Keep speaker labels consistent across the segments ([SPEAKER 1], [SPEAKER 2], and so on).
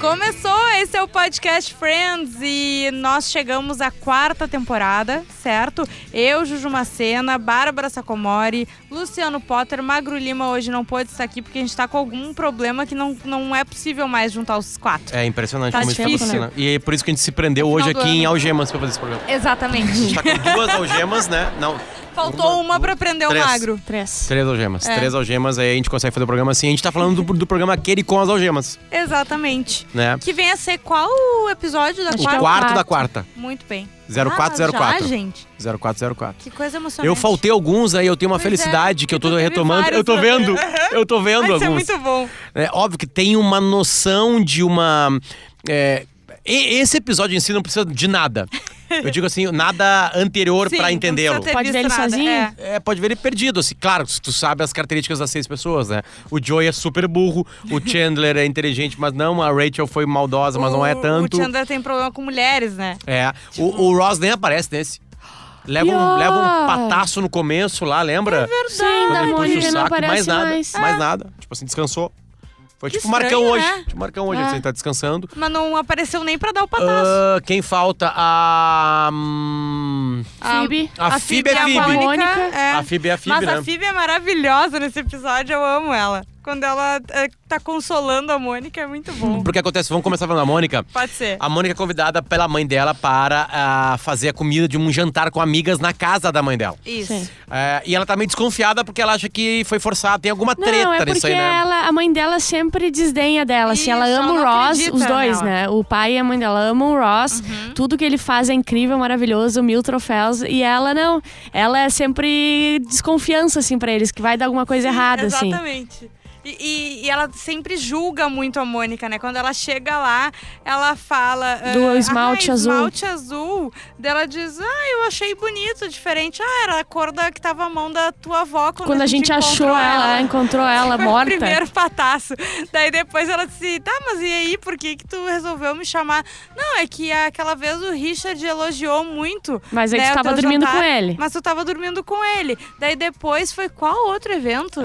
[SPEAKER 1] Começou, esse é o podcast Friends e nós chegamos à quarta temporada, certo? Eu, Juju Macena, Bárbara Sacomori, Luciano Potter, Magro Lima hoje não pôde estar aqui porque a gente tá com algum problema que não, não é possível mais juntar os quatro.
[SPEAKER 2] É impressionante
[SPEAKER 1] Tá
[SPEAKER 2] como isso
[SPEAKER 1] difícil.
[SPEAKER 2] funciona. E é por isso que a gente se prendeu hoje
[SPEAKER 1] final do
[SPEAKER 2] aqui em
[SPEAKER 1] ano.
[SPEAKER 2] algemas pra fazer esse programa. A gente
[SPEAKER 1] Exatamente.
[SPEAKER 2] tá com duas algemas, né? Não.
[SPEAKER 1] Faltou uma pra prender o
[SPEAKER 2] Três.
[SPEAKER 1] Magro.
[SPEAKER 3] Três.
[SPEAKER 2] Três algemas.
[SPEAKER 1] É.
[SPEAKER 2] Três algemas, aí a gente consegue fazer o programa assim. A gente tá falando do, do programa aquele com as algemas,
[SPEAKER 1] Exatamente.
[SPEAKER 2] né?
[SPEAKER 1] Que vem a ser qual o episódio da
[SPEAKER 3] Acho
[SPEAKER 2] O
[SPEAKER 3] que
[SPEAKER 1] quarta?
[SPEAKER 3] é o
[SPEAKER 2] quarto da
[SPEAKER 3] quarto.
[SPEAKER 2] quarta.
[SPEAKER 1] Muito bem. Ah, já,
[SPEAKER 2] 0404.
[SPEAKER 1] gente.
[SPEAKER 2] 0404.
[SPEAKER 1] Que coisa emocionante.
[SPEAKER 2] Eu faltei alguns aí, eu tenho uma
[SPEAKER 1] Pois é,
[SPEAKER 2] felicidade que eu
[SPEAKER 1] que tu
[SPEAKER 2] tô
[SPEAKER 1] teve
[SPEAKER 2] retomando.
[SPEAKER 1] vários
[SPEAKER 2] Eu tô
[SPEAKER 1] também.
[SPEAKER 2] vendo, eu tô vendo
[SPEAKER 1] Mas isso é
[SPEAKER 2] alguns.
[SPEAKER 1] muito bom.
[SPEAKER 2] É óbvio que tem uma noção de uma. é, e- esse episódio em si não precisa de nada. Eu digo assim, nada anterior
[SPEAKER 1] Sim,
[SPEAKER 2] pra
[SPEAKER 1] não
[SPEAKER 2] entendê-lo.
[SPEAKER 1] precisa ter
[SPEAKER 3] Pode ver
[SPEAKER 1] visto
[SPEAKER 3] ele
[SPEAKER 1] nada,
[SPEAKER 3] sozinho?
[SPEAKER 1] é.
[SPEAKER 2] É, pode ver ele perdido, assim. Claro, se tu sabe as características das seis pessoas, né? O Joey é super burro, o Chandler é inteligente, mas não, a Rachel foi maldosa, mas não é
[SPEAKER 1] O-
[SPEAKER 2] tanto.
[SPEAKER 1] O Chandler tem problema com mulheres, né?
[SPEAKER 2] É. O, o Ross nem aparece nesse. Leva um,
[SPEAKER 3] Pior.
[SPEAKER 2] leva um pataço no começo lá,
[SPEAKER 1] É
[SPEAKER 2] lembra?
[SPEAKER 3] Sim, da
[SPEAKER 2] Ele puxa o
[SPEAKER 3] Mônica não
[SPEAKER 2] saco,
[SPEAKER 3] aparece
[SPEAKER 2] mais nada,
[SPEAKER 3] mais.
[SPEAKER 2] mais nada. Tipo assim, descansou. Foi
[SPEAKER 1] Que
[SPEAKER 2] tipo Marcão
[SPEAKER 1] estranho,
[SPEAKER 2] hoje.
[SPEAKER 1] né?
[SPEAKER 2] Tipo Marcão hoje,
[SPEAKER 3] É.
[SPEAKER 2] assim, tá descansando.
[SPEAKER 1] Mas não apareceu nem pra dar o pataço.
[SPEAKER 2] Ah, quem falta? A. hum,
[SPEAKER 1] A-
[SPEAKER 3] Phoebe.
[SPEAKER 2] A Fib é
[SPEAKER 1] a
[SPEAKER 2] Fib.
[SPEAKER 1] Mônica,
[SPEAKER 3] Mônica.
[SPEAKER 1] é.
[SPEAKER 2] A Fib é a Fib,
[SPEAKER 1] Mas
[SPEAKER 2] né?
[SPEAKER 1] a Phoebe é maravilhosa nesse episódio, eu amo ela. Quando ela é, tá consolando a Mônica, é muito bom.
[SPEAKER 2] Porque acontece, vamos começar falando da Mônica.
[SPEAKER 1] Pode ser.
[SPEAKER 2] A Mônica é convidada pela mãe dela para ah, fazer a comida de um jantar com amigas na casa da mãe dela.
[SPEAKER 1] Isso.
[SPEAKER 3] Sim.
[SPEAKER 2] É, e ela tá meio desconfiada porque ela acha que foi forçada. Tem alguma treta
[SPEAKER 3] não, é porque
[SPEAKER 2] nisso aí, né?
[SPEAKER 3] ela, a mãe dela sempre desdenha dela.
[SPEAKER 1] Isso,
[SPEAKER 3] assim, ela ama
[SPEAKER 1] ela
[SPEAKER 3] o
[SPEAKER 1] não
[SPEAKER 3] Ross,
[SPEAKER 1] acredita
[SPEAKER 3] os dois,
[SPEAKER 1] nela.
[SPEAKER 3] né? O pai e a mãe dela amam o Ross. Tudo que ele faz é incrível, maravilhoso, mil troféus. E ela não. Ela é sempre desconfiança, assim, pra eles, que vai dar alguma coisa errada, assim.
[SPEAKER 1] Exatamente. E, e- e ela sempre julga muito a Mônica, né? Quando ela chega lá, ela fala.
[SPEAKER 3] Do
[SPEAKER 1] ah,
[SPEAKER 3] esmalte
[SPEAKER 1] ah,
[SPEAKER 3] azul."
[SPEAKER 1] Esmalte azul. Daí ela diz: Ah, eu achei bonito, diferente. Ah, era a cor da, que tava a mão da tua avó quando,
[SPEAKER 3] Quando a gente achou
[SPEAKER 1] encontrou
[SPEAKER 3] ela, é, encontrou ela
[SPEAKER 1] Foi
[SPEAKER 3] morta.
[SPEAKER 1] o primeiro pataço. Daí depois ela disse: Tá, mas e aí, por que, que tu resolveu me chamar? Não, é que aquela vez o Richard elogiou muito.
[SPEAKER 3] Mas aí
[SPEAKER 1] né,
[SPEAKER 3] tu
[SPEAKER 1] o
[SPEAKER 3] tava
[SPEAKER 1] teu
[SPEAKER 3] dormindo
[SPEAKER 1] jantar,
[SPEAKER 3] com ele.
[SPEAKER 1] Mas tu tava dormindo com ele. Daí depois foi qual outro evento?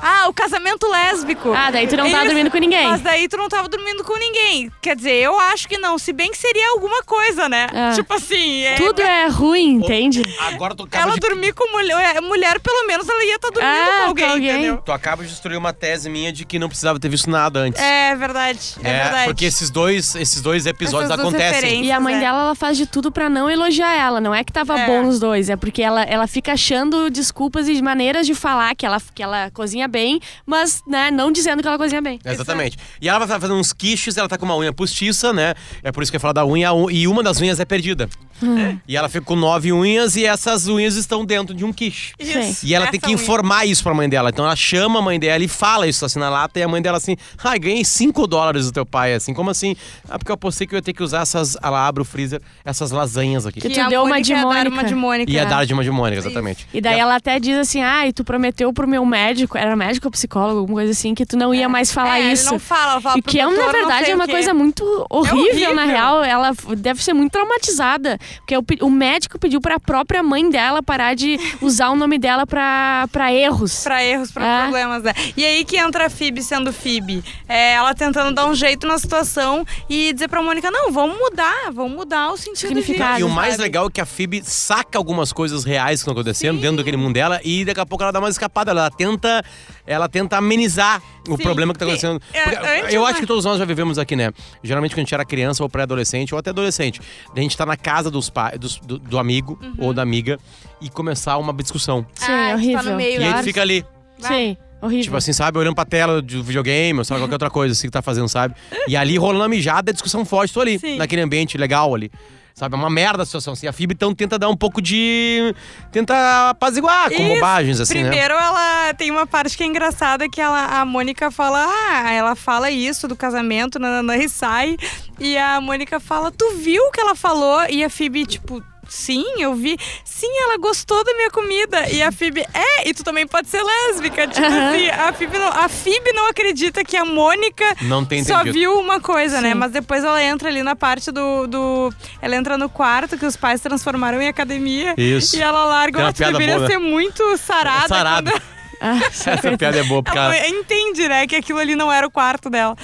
[SPEAKER 1] Ah, o casamento lésbico.
[SPEAKER 3] Ah, daí tu não tava
[SPEAKER 1] Isso.
[SPEAKER 3] dormindo com ninguém.
[SPEAKER 1] Mas daí tu não tava dormindo com ninguém. Quer dizer, eu acho que não. Se bem que seria alguma coisa, né?
[SPEAKER 3] É.
[SPEAKER 1] Tipo assim, é-
[SPEAKER 3] Tudo é ruim, entende?
[SPEAKER 2] Agora tu acaba
[SPEAKER 1] ela
[SPEAKER 2] de...
[SPEAKER 1] dormir com mulher, mulher, pelo menos ela ia estar dormindo
[SPEAKER 3] Ah,
[SPEAKER 1] com
[SPEAKER 3] com
[SPEAKER 1] alguém,
[SPEAKER 3] alguém.
[SPEAKER 1] entendeu?
[SPEAKER 2] Tu acaba de destruir uma tese minha de que não precisava ter visto nada antes.
[SPEAKER 1] É verdade, é, verdade.
[SPEAKER 2] porque esses dois, esses dois episódios
[SPEAKER 1] Essas duas
[SPEAKER 2] acontecem.
[SPEAKER 1] referências.
[SPEAKER 3] E a mãe
[SPEAKER 1] né?
[SPEAKER 3] dela, ela faz de tudo pra não elogiar ela. Não é que tava
[SPEAKER 1] É.
[SPEAKER 3] bom os dois, é porque ela, ela fica achando desculpas e maneiras de falar que ela, que ela cozinha bem, mas né, não dizendo que ela cozinha bem.
[SPEAKER 2] Exatamente. E ela vai fazer uns quiches, ela tá com uma unha postiça, né? É por isso que eu ia falar da unha, a un- e uma das unhas é perdida.
[SPEAKER 1] Hum.
[SPEAKER 2] E ela fica com nove unhas e essas unhas estão dentro de um quiche.
[SPEAKER 1] Isso,
[SPEAKER 2] E ela tem
[SPEAKER 1] essa
[SPEAKER 2] que
[SPEAKER 1] unha.
[SPEAKER 2] informar isso pra mãe dela. Então ela chama a mãe dela e fala isso assim na lata. E a mãe dela assim, ai, ganhei 5 dólares do teu pai. Assim, como assim? Ah, porque eu postei que eu ia ter que usar essas. Ela abre o freezer, essas lasanhas aqui.
[SPEAKER 3] Que
[SPEAKER 1] Que
[SPEAKER 3] tu
[SPEAKER 1] a
[SPEAKER 3] deu uma
[SPEAKER 1] Mônica
[SPEAKER 3] de
[SPEAKER 1] ia dar
[SPEAKER 3] Mônica.
[SPEAKER 1] uma de Mônica.
[SPEAKER 2] E a dar de uma de Mônica, exatamente.
[SPEAKER 3] E daí ela até diz assim: ah, e tu prometeu pro meu médico, era médico ou psicólogo, alguma coisa assim, que tu não ia mais falar
[SPEAKER 1] É, ele
[SPEAKER 3] isso.
[SPEAKER 1] não fala, ela fala
[SPEAKER 3] E
[SPEAKER 1] pro
[SPEAKER 3] que é,
[SPEAKER 1] doutor,
[SPEAKER 3] na
[SPEAKER 1] não
[SPEAKER 3] verdade,
[SPEAKER 1] sei
[SPEAKER 3] é
[SPEAKER 1] o
[SPEAKER 3] uma
[SPEAKER 1] quê.
[SPEAKER 3] coisa muito horrível, na
[SPEAKER 1] horrível.
[SPEAKER 3] real. Ela f- deve ser muito traumatizada. Porque o, pe- o médico pediu pra própria mãe dela parar de usar o nome dela pra, pra erros.
[SPEAKER 1] Pra erros, pra
[SPEAKER 3] É.
[SPEAKER 1] problemas, né? E aí que entra a Fib sendo Fib. É, ela tentando dar um jeito na situação e dizer pra Mônica, não, vamos mudar, vamos mudar o sentido
[SPEAKER 3] Significado.
[SPEAKER 1] de vida,
[SPEAKER 2] E o
[SPEAKER 3] sabe?
[SPEAKER 2] mais legal é que a Phoebe saca algumas coisas reais que estão acontecendo dentro daquele mundo dela e daqui a pouco ela dá uma escapada. Ela tenta, ela tenta amenizar o
[SPEAKER 1] Sim.
[SPEAKER 2] problema que tá
[SPEAKER 1] Sim.
[SPEAKER 2] acontecendo.
[SPEAKER 1] É,
[SPEAKER 2] Porque
[SPEAKER 1] antes
[SPEAKER 2] eu
[SPEAKER 1] da-
[SPEAKER 2] acho que todos nós já vivemos aqui, né? Geralmente quando a gente era criança ou pré-adolescente ou até adolescente, a gente tá na casa dos pais, dos- do, do amigo
[SPEAKER 1] Uhum.
[SPEAKER 2] ou da amiga e começar uma discussão.
[SPEAKER 3] Sim, é
[SPEAKER 1] Ah, que tá no
[SPEAKER 3] horrível.
[SPEAKER 1] meio,
[SPEAKER 2] E a gente
[SPEAKER 1] Claro.
[SPEAKER 2] fica ali,
[SPEAKER 3] Sim, horrível.
[SPEAKER 2] tipo assim, sabe, olhando pra tela de videogame ou sabe, qualquer outra coisa assim que tá fazendo, sabe? E ali rolando a mijada, a discussão forte, tô ali,
[SPEAKER 1] Sim.
[SPEAKER 2] naquele ambiente legal ali. Sabe, é uma merda a situação. Assim. A FIB então tenta dar um pouco de. tenta apaziguar com
[SPEAKER 1] Isso.
[SPEAKER 2] bobagens, assim, né?
[SPEAKER 1] Primeiro, ela tem uma parte que é engraçada que ela, a Mônica fala, ah, ela fala isso do casamento, nananã, e sai. E a Mônica fala, tu viu o que ela falou? E a Phoebe, tipo, sim, eu vi. Sim, ela gostou da minha comida. E a Phoebe, é, e tu também pode ser lésbica. Tipo assim, a Phoebe, não, a Phoebe não acredita que a Mônica
[SPEAKER 2] Não tem
[SPEAKER 1] só
[SPEAKER 2] entendido.
[SPEAKER 1] viu uma coisa, né?
[SPEAKER 3] Sim.
[SPEAKER 1] Mas depois ela entra ali na parte do, do- Ela entra no quarto que os pais transformaram em academia.
[SPEAKER 2] Isso.
[SPEAKER 1] E ela larga,
[SPEAKER 2] Tem uma
[SPEAKER 1] ela tu
[SPEAKER 2] piada
[SPEAKER 1] deveria
[SPEAKER 2] boa, né?
[SPEAKER 1] ser é muito sarada.
[SPEAKER 2] Sarada.
[SPEAKER 1] quando-
[SPEAKER 3] Ah,
[SPEAKER 2] Essa piada é boa, porque ela-
[SPEAKER 1] Ela entende, né, que aquilo ali não era o quarto dela.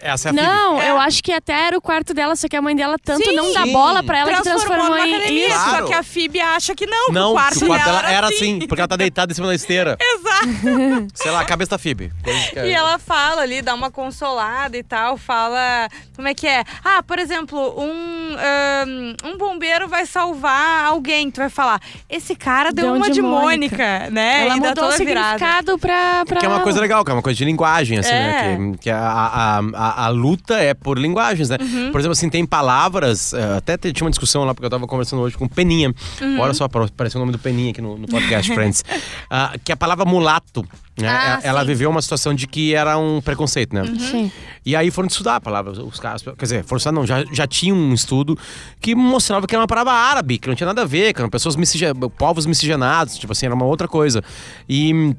[SPEAKER 2] essa é a Phoebe.
[SPEAKER 3] Não, eu acho que até era o quarto dela, só que a mãe dela tanto
[SPEAKER 1] Sim.
[SPEAKER 3] não dá
[SPEAKER 2] Sim.
[SPEAKER 3] bola pra ela que
[SPEAKER 1] Transformou
[SPEAKER 3] transformou
[SPEAKER 1] numa
[SPEAKER 3] em
[SPEAKER 1] academia.
[SPEAKER 3] isso.
[SPEAKER 2] Claro.
[SPEAKER 1] Só que a Phoebe acha que não, que o
[SPEAKER 2] Não,
[SPEAKER 1] quarto,
[SPEAKER 2] que o quarto
[SPEAKER 1] dela, era
[SPEAKER 2] assim, porque ela tá deitada em cima da esteira.
[SPEAKER 1] Exato.
[SPEAKER 2] Sei lá, a cabeça da Phoebe. Coisa que- é
[SPEAKER 1] E ela fala ali, dá uma consolada e tal, fala. Como é que é? Ah, por exemplo, um, ahn, um bombeiro vai salvar alguém. Tu vai falar, esse cara deu
[SPEAKER 3] Deu
[SPEAKER 1] uma
[SPEAKER 3] de
[SPEAKER 1] de Mônica, né?
[SPEAKER 3] Ela
[SPEAKER 1] e dá
[SPEAKER 3] mudou o
[SPEAKER 1] toda virada.
[SPEAKER 3] significado pra, pra
[SPEAKER 2] Que é uma
[SPEAKER 3] ela.
[SPEAKER 2] coisa legal, que é uma coisa de linguagem, assim,
[SPEAKER 1] É.
[SPEAKER 2] né? Que, que a, a, a, a luta é por linguagens, né?
[SPEAKER 1] Uhum.
[SPEAKER 2] Por exemplo, assim, tem palavras. eh, Até te- tinha uma discussão lá, porque eu tava conversando hoje com o Peninha.
[SPEAKER 1] Uhum.
[SPEAKER 2] Olha só, apare- apareceu o nome do Peninha aqui no, no podcast Friends. Ah, que a palavra mulato, né?
[SPEAKER 1] Ah,
[SPEAKER 2] Eh, ela
[SPEAKER 1] sim. Uhum.
[SPEAKER 2] viveu uma situação de que era um preconceito, né?
[SPEAKER 3] Sim.
[SPEAKER 2] E aí foram estudar a palavra, os caras. Quer dizer, foram estudar, não, já, já tinha um estudo que mostrava que era uma palavra árabe, que não tinha nada a ver, que eram pessoas miscigen, povos miscigenados, tipo assim, era uma outra coisa. E.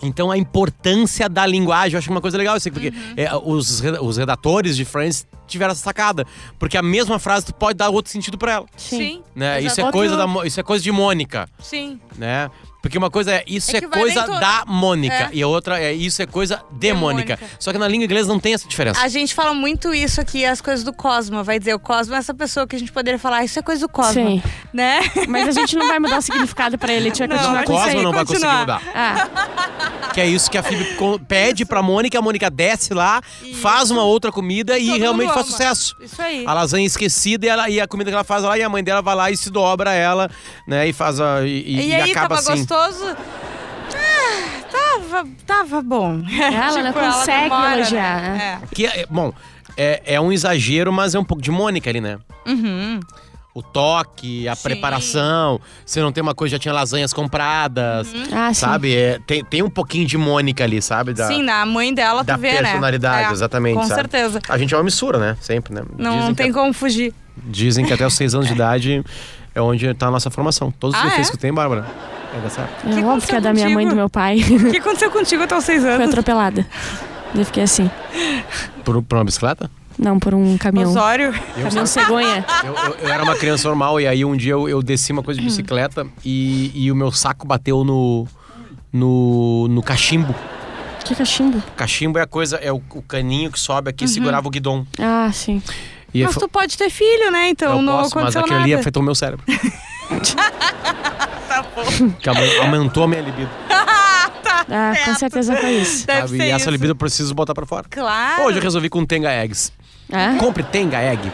[SPEAKER 2] Então a importância da linguagem, eu acho que é uma coisa legal isso, aqui, porque
[SPEAKER 1] Uhum.
[SPEAKER 2] é, os, re- os redatores de Friends tiveram essa sacada, porque a mesma frase tu pode dar outro sentido pra ela,
[SPEAKER 1] Sim.
[SPEAKER 2] né? Isso é
[SPEAKER 1] exato.
[SPEAKER 2] coisa
[SPEAKER 3] Outro-
[SPEAKER 2] da Mo- isso é coisa de Mônica,
[SPEAKER 1] Sim.
[SPEAKER 2] né? Porque uma coisa é isso é,
[SPEAKER 1] É que vai
[SPEAKER 2] coisa
[SPEAKER 1] bem todo-
[SPEAKER 2] da Mônica
[SPEAKER 1] É.
[SPEAKER 2] e a outra é isso é coisa de Mônica.
[SPEAKER 1] Mônica.
[SPEAKER 2] Só que na língua inglesa não tem essa diferença.
[SPEAKER 1] A gente fala muito isso aqui, as coisas do Cosmo. Vai dizer, o Cosmo é essa pessoa que a gente poderia falar, "Ah, isso é coisa do Cosmo.
[SPEAKER 3] Sim.
[SPEAKER 1] Né?
[SPEAKER 3] Mas a gente não vai mudar o significado pra ele, a gente vai
[SPEAKER 1] Não,
[SPEAKER 3] continuar
[SPEAKER 1] a
[SPEAKER 3] com
[SPEAKER 1] gente
[SPEAKER 3] isso
[SPEAKER 2] Cosmo
[SPEAKER 3] aí.
[SPEAKER 2] não vai conseguir
[SPEAKER 1] continuar.
[SPEAKER 2] mudar.
[SPEAKER 3] Ah,
[SPEAKER 2] Que é isso que a Phoebe co- pede pra Mônica, a Mônica desce lá, faz uma outra comida e
[SPEAKER 1] Todo mundo
[SPEAKER 2] realmente
[SPEAKER 1] ama.
[SPEAKER 2] faz sucesso.
[SPEAKER 1] Isso aí.
[SPEAKER 2] A lasanha é esquecida e, ela- e a comida que ela faz lá, e a mãe dela vai lá e se dobra ela, né? E faz a. E, e-
[SPEAKER 1] E,
[SPEAKER 2] e
[SPEAKER 1] aí,
[SPEAKER 2] acaba
[SPEAKER 1] tava
[SPEAKER 2] assim.
[SPEAKER 1] gostoso? Ah, tava, tava bom.
[SPEAKER 3] Ela não consegue
[SPEAKER 1] demora, né?
[SPEAKER 3] elogiar.
[SPEAKER 2] Que é- bom, é, é um exagero, mas é um pouco de Mônica ali, né?
[SPEAKER 1] É. Uhum.
[SPEAKER 2] O toque, a
[SPEAKER 1] Sim.
[SPEAKER 2] preparação. Se não tem uma coisa, já tinha lasanhas compradas.
[SPEAKER 1] Uhum.
[SPEAKER 3] ah, sim.
[SPEAKER 2] Sabe? É, tem, tem um pouquinho de Mônica ali, sabe? Da,
[SPEAKER 1] Sim, na mãe dela
[SPEAKER 2] da
[SPEAKER 1] tu vê, né?
[SPEAKER 2] personalidade,
[SPEAKER 1] É,
[SPEAKER 2] exatamente.
[SPEAKER 1] Com
[SPEAKER 2] sabe?
[SPEAKER 1] certeza.
[SPEAKER 2] A gente é uma mistura, né? Sempre, né?
[SPEAKER 1] Não,
[SPEAKER 2] Dizem que
[SPEAKER 1] tem como fugir.
[SPEAKER 2] Dizem que até os seis anos de idade é onde tá a nossa formação. Todos os
[SPEAKER 1] Ah,
[SPEAKER 2] defeitos
[SPEAKER 1] é?
[SPEAKER 2] que tem, Bárbara. É dessa época.
[SPEAKER 1] que
[SPEAKER 3] É óbvio que é
[SPEAKER 1] aconteceu
[SPEAKER 3] da minha mãe e
[SPEAKER 1] contigo?
[SPEAKER 3] do meu pai.
[SPEAKER 1] O que aconteceu contigo até os seis
[SPEAKER 3] Foi
[SPEAKER 1] anos?
[SPEAKER 3] atropelada. Eu fiquei assim.
[SPEAKER 2] Por, por uma bicicleta?
[SPEAKER 3] Não, por um caminhão.
[SPEAKER 1] Osório?
[SPEAKER 3] Caminhão cegonha.
[SPEAKER 2] Eu, eu- eu era uma criança normal e aí um dia eu, eu desci uma coisa de bicicleta e, e o meu saco bateu no, no, no cachimbo.
[SPEAKER 3] Que cachimbo.
[SPEAKER 2] Cachimbo é a coisa, é o, o caninho que sobe
[SPEAKER 1] Uhum.
[SPEAKER 2] aqui e segurava o guidão.
[SPEAKER 3] Ah, sim.
[SPEAKER 2] E
[SPEAKER 1] Mas
[SPEAKER 2] fa-
[SPEAKER 1] tu pode ter filho, né? Então
[SPEAKER 2] eu
[SPEAKER 1] tá não
[SPEAKER 2] posso, mas
[SPEAKER 1] aconteceu
[SPEAKER 2] aquilo ali é
[SPEAKER 1] nada. Tá
[SPEAKER 2] afetou o meu cérebro. Que aumen- aumentou a minha libido.
[SPEAKER 3] Ah,
[SPEAKER 1] É,
[SPEAKER 3] com certeza foi isso.
[SPEAKER 1] Deve
[SPEAKER 2] sabe?
[SPEAKER 1] ser
[SPEAKER 2] E essa
[SPEAKER 1] isso.
[SPEAKER 2] libido eu preciso botar pra fora.
[SPEAKER 1] Claro.
[SPEAKER 2] Hoje eu resolvi com um Tenga Eggs.
[SPEAKER 3] Ah,
[SPEAKER 2] Compre Tenga Egg.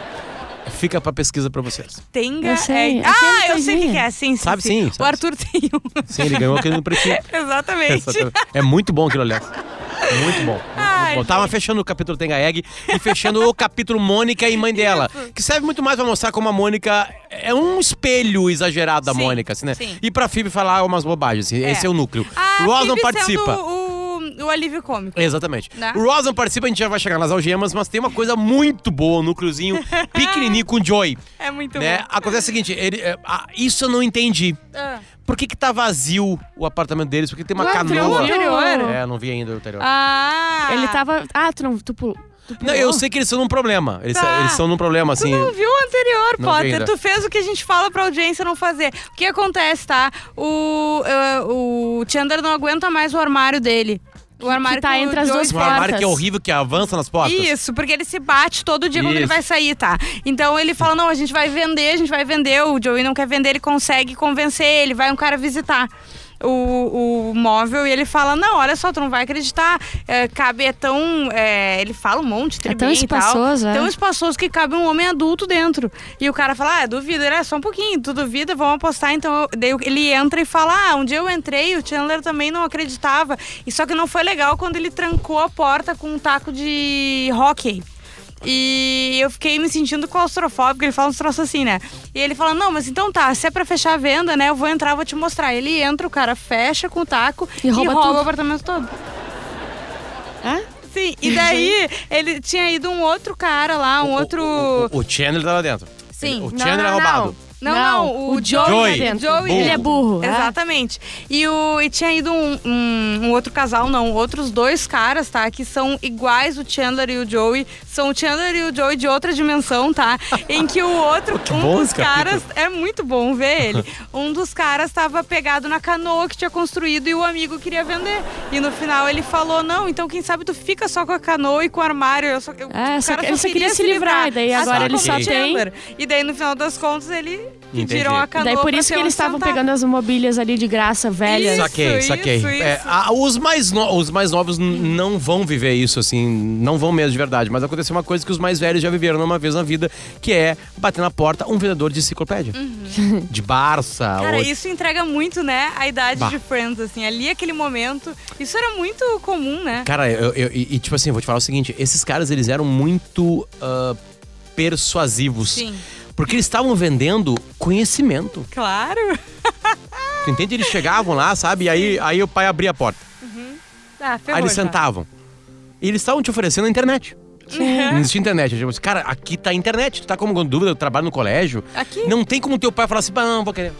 [SPEAKER 2] Fica pra pesquisa pra vocês.
[SPEAKER 1] Tenga
[SPEAKER 3] Eu sei,
[SPEAKER 1] é-
[SPEAKER 3] aquele
[SPEAKER 1] Ah, eu sei o que
[SPEAKER 3] coisinha.
[SPEAKER 1] que é. Sim, sim.
[SPEAKER 2] Sabe sim,
[SPEAKER 1] O
[SPEAKER 2] sabe
[SPEAKER 1] Arthur tem um.
[SPEAKER 2] Sim, ele ganhou aquele no pretinho.
[SPEAKER 1] Exatamente.
[SPEAKER 2] É muito bom aquilo, aliás. Muito bom. Muito
[SPEAKER 1] Ai,
[SPEAKER 2] bom. Tava fechando o capítulo Tenga Egg e fechando o capítulo Mônica e mãe dela. Que serve muito mais pra mostrar como a Mônica é um espelho exagerado da
[SPEAKER 1] Sim,
[SPEAKER 2] Mônica, assim, né?
[SPEAKER 1] sim.
[SPEAKER 2] E pra Phoebe falar umas bobagens. assim,
[SPEAKER 1] É.
[SPEAKER 2] Esse é o núcleo.
[SPEAKER 1] Ah,
[SPEAKER 2] o Ross não
[SPEAKER 1] Phoebe
[SPEAKER 2] participa.
[SPEAKER 1] sendo O, o alívio cômico.
[SPEAKER 2] Exatamente.
[SPEAKER 1] Né?
[SPEAKER 2] O Ross não participa, a gente já vai chegar nas algemas, mas tem uma coisa muito boa, um núcleozinho pequenininho com o Joy.
[SPEAKER 1] É muito
[SPEAKER 2] né?
[SPEAKER 1] bom.
[SPEAKER 2] Acontece o seguinte, ele, é, ah, isso eu não entendi.
[SPEAKER 1] Ah.
[SPEAKER 2] Por que que tá vazio o apartamento deles? Porque tem uma
[SPEAKER 3] Ué,
[SPEAKER 2] canoa.
[SPEAKER 3] viu?
[SPEAKER 1] Anterior.
[SPEAKER 2] É, não vi ainda o anterior.
[SPEAKER 1] um Ah!
[SPEAKER 3] ele tava. Ah, tu não. Tu pulou. Tu
[SPEAKER 2] Não, eu sei que eles são num problema. Eles,
[SPEAKER 1] Tá.
[SPEAKER 2] eles são num problema,
[SPEAKER 1] Tu
[SPEAKER 2] assim.
[SPEAKER 1] não viu o anterior,
[SPEAKER 2] Não vi
[SPEAKER 1] Potter.
[SPEAKER 2] ainda.
[SPEAKER 1] Tu fez o que a gente fala pra audiência não fazer. O que acontece, tá? O, eh, o Chandler não aguenta mais o armário dele. O armário
[SPEAKER 3] tá
[SPEAKER 1] que o
[SPEAKER 3] entre as
[SPEAKER 1] Joey
[SPEAKER 3] duas
[SPEAKER 2] Um armário
[SPEAKER 3] portas.
[SPEAKER 2] que é horrível, que avança nas portas.
[SPEAKER 1] Isso, porque ele se bate todo dia quando ele
[SPEAKER 2] Isso.
[SPEAKER 1] vai sair, tá? Então ele fala: não, a gente vai vender, a gente vai vender. O Joey não quer vender, ele consegue convencer ele, vai um cara visitar. O, o móvel e ele fala: Não, olha só, tu não vai acreditar. É, cabe, é tão. é, ele fala um monte,
[SPEAKER 3] É
[SPEAKER 1] tribim
[SPEAKER 3] tão
[SPEAKER 1] e tal.
[SPEAKER 3] espaçoso, é.
[SPEAKER 1] Tão espaçoso que cabe um homem adulto dentro. E o cara fala: Ah, duvido, ele é só um pouquinho, tu duvida, vamos apostar. Então eu- daí ele entra e fala: Ah, um dia eu entrei, o Chandler também não acreditava. E só que não foi legal quando ele trancou a porta com um taco de hockey. E eu fiquei me sentindo claustrofóbica, ele fala uns troços assim, né? E ele fala: Não, mas então tá, se é pra fechar a venda, né? Eu vou entrar, vou te mostrar. Ele entra, o cara fecha com o taco
[SPEAKER 3] E
[SPEAKER 1] e
[SPEAKER 3] rouba
[SPEAKER 1] rouba,
[SPEAKER 3] tudo.
[SPEAKER 1] o apartamento todo.
[SPEAKER 3] Ah?
[SPEAKER 1] Sim, e daí ele tinha ido um outro cara lá, um outro.
[SPEAKER 2] O, o, o Chandler tava dentro.
[SPEAKER 1] Sim.
[SPEAKER 2] O
[SPEAKER 3] Não,
[SPEAKER 2] Chandler é
[SPEAKER 3] não, não.
[SPEAKER 2] roubado.
[SPEAKER 1] Não, não, o, Joey.
[SPEAKER 2] Joey.
[SPEAKER 3] tá dentro.
[SPEAKER 1] Joey.
[SPEAKER 3] Ele é burro. ah.
[SPEAKER 1] Exatamente. E, o, e tinha ido um, um- um outro casal, não, outros dois caras, tá? Que são iguais o Chandler e o Joey. São o Chandler e o Joey de outra dimensão, tá? Em que o
[SPEAKER 3] Oh,
[SPEAKER 1] outro,
[SPEAKER 2] Que
[SPEAKER 1] um
[SPEAKER 2] bom
[SPEAKER 1] dos
[SPEAKER 2] esse capítulo.
[SPEAKER 1] caras, é muito bom ver ele. Um dos caras tava pegado na canoa que tinha construído e o amigo queria vender. E no final ele falou: não, então quem sabe tu fica só com a canoa e com o armário. Eu só, eu,
[SPEAKER 3] É,
[SPEAKER 1] o
[SPEAKER 3] só-
[SPEAKER 1] cara
[SPEAKER 3] ele só queria se livrar, e daí
[SPEAKER 1] Assim
[SPEAKER 2] agora ele
[SPEAKER 1] como
[SPEAKER 2] só
[SPEAKER 1] o
[SPEAKER 3] tem-
[SPEAKER 1] Chandler. E daí no final das contas ele pediram
[SPEAKER 2] Entendi.
[SPEAKER 1] a canoa.
[SPEAKER 3] Daí por
[SPEAKER 1] pra um
[SPEAKER 3] isso
[SPEAKER 1] ter
[SPEAKER 3] que
[SPEAKER 1] onde
[SPEAKER 3] eles estavam
[SPEAKER 1] sentar.
[SPEAKER 3] pegando as mobílias ali de graça, velhas.
[SPEAKER 1] Isso,
[SPEAKER 2] Saquei,
[SPEAKER 1] É isso,
[SPEAKER 2] saquei.
[SPEAKER 1] isso.
[SPEAKER 2] É, a- os, mais no- os mais novos n- não vão viver isso, assim, não vão mesmo de verdade. Mas aconteceu uma coisa que os mais velhos já viveram uma vez na vida, que é bater na porta um vendedor de enciclopédia. De Barça.
[SPEAKER 1] Uhum. Cara,
[SPEAKER 2] ou-
[SPEAKER 1] isso entrega muito, né? A idade
[SPEAKER 2] Bah.
[SPEAKER 1] de Friends, assim. Ali, aquele momento. Isso era muito comum, né?
[SPEAKER 2] Cara, eu, eu- e, e, tipo assim, eu vou te falar o seguinte: esses caras eles eram muito ah, persuasivos.
[SPEAKER 1] Sim.
[SPEAKER 2] Porque eles estavam vendendo conhecimento.
[SPEAKER 1] Claro.
[SPEAKER 2] Tu entende? Eles chegavam lá, sabe? E aí, aí o pai abria a porta.
[SPEAKER 1] Ah, ferrou,
[SPEAKER 2] Aí eles
[SPEAKER 1] já.
[SPEAKER 2] sentavam. E eles estavam te oferecendo a internet.
[SPEAKER 1] Uhum.
[SPEAKER 2] Não existia internet. Eu digo assim, cara, aqui tá a internet. Tu tá como com dúvida, eu trabalho no colégio.
[SPEAKER 1] Aqui.
[SPEAKER 2] Não tem como teu pai falar assim, "Bah, não, vou querer.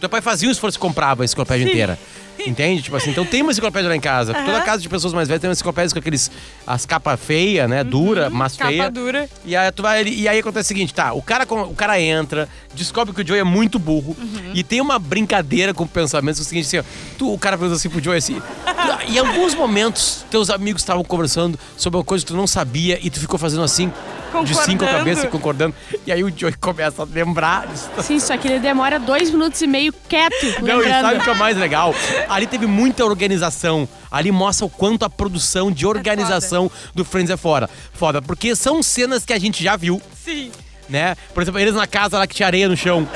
[SPEAKER 2] Teu pai fazia um esforço e comprava a enciclopédia inteira. Entende? Tipo assim, então tem uma enciclopédia lá em casa. Toda casa de pessoas mais velhas tem uma enciclopédia com aqueles. as capas feias, né? Dura, mas
[SPEAKER 1] Uhum. Capa
[SPEAKER 2] feia.
[SPEAKER 1] dura.
[SPEAKER 2] E aí, tu vai, ali- e aí acontece o seguinte, tá? O cara, com- o cara entra, descobre que o Joey é muito burro e tem uma brincadeira com o pensamento que é o seguinte, assim, ó, tu, o cara pergunta assim pro Joey assim. tu- em alguns momentos, teus amigos estavam conversando sobre uma coisa que tu não sabia e tu ficou fazendo assim, de cinco a
[SPEAKER 1] Concordando.
[SPEAKER 2] cabeça, concordando. E aí o Joey começa a lembrar. disso.
[SPEAKER 3] Sim, só que ele demora dois minutos e meio quieto,
[SPEAKER 2] Não, e sabe o
[SPEAKER 3] lembrando.
[SPEAKER 2] que é o mais legal? Ali teve muita organização. Ali mostra o quanto a produção de organização do Friends é fora. Foda, porque são cenas que a gente já viu.
[SPEAKER 1] Sim.
[SPEAKER 2] né? Por exemplo, eles na casa lá que tinha areia no chão.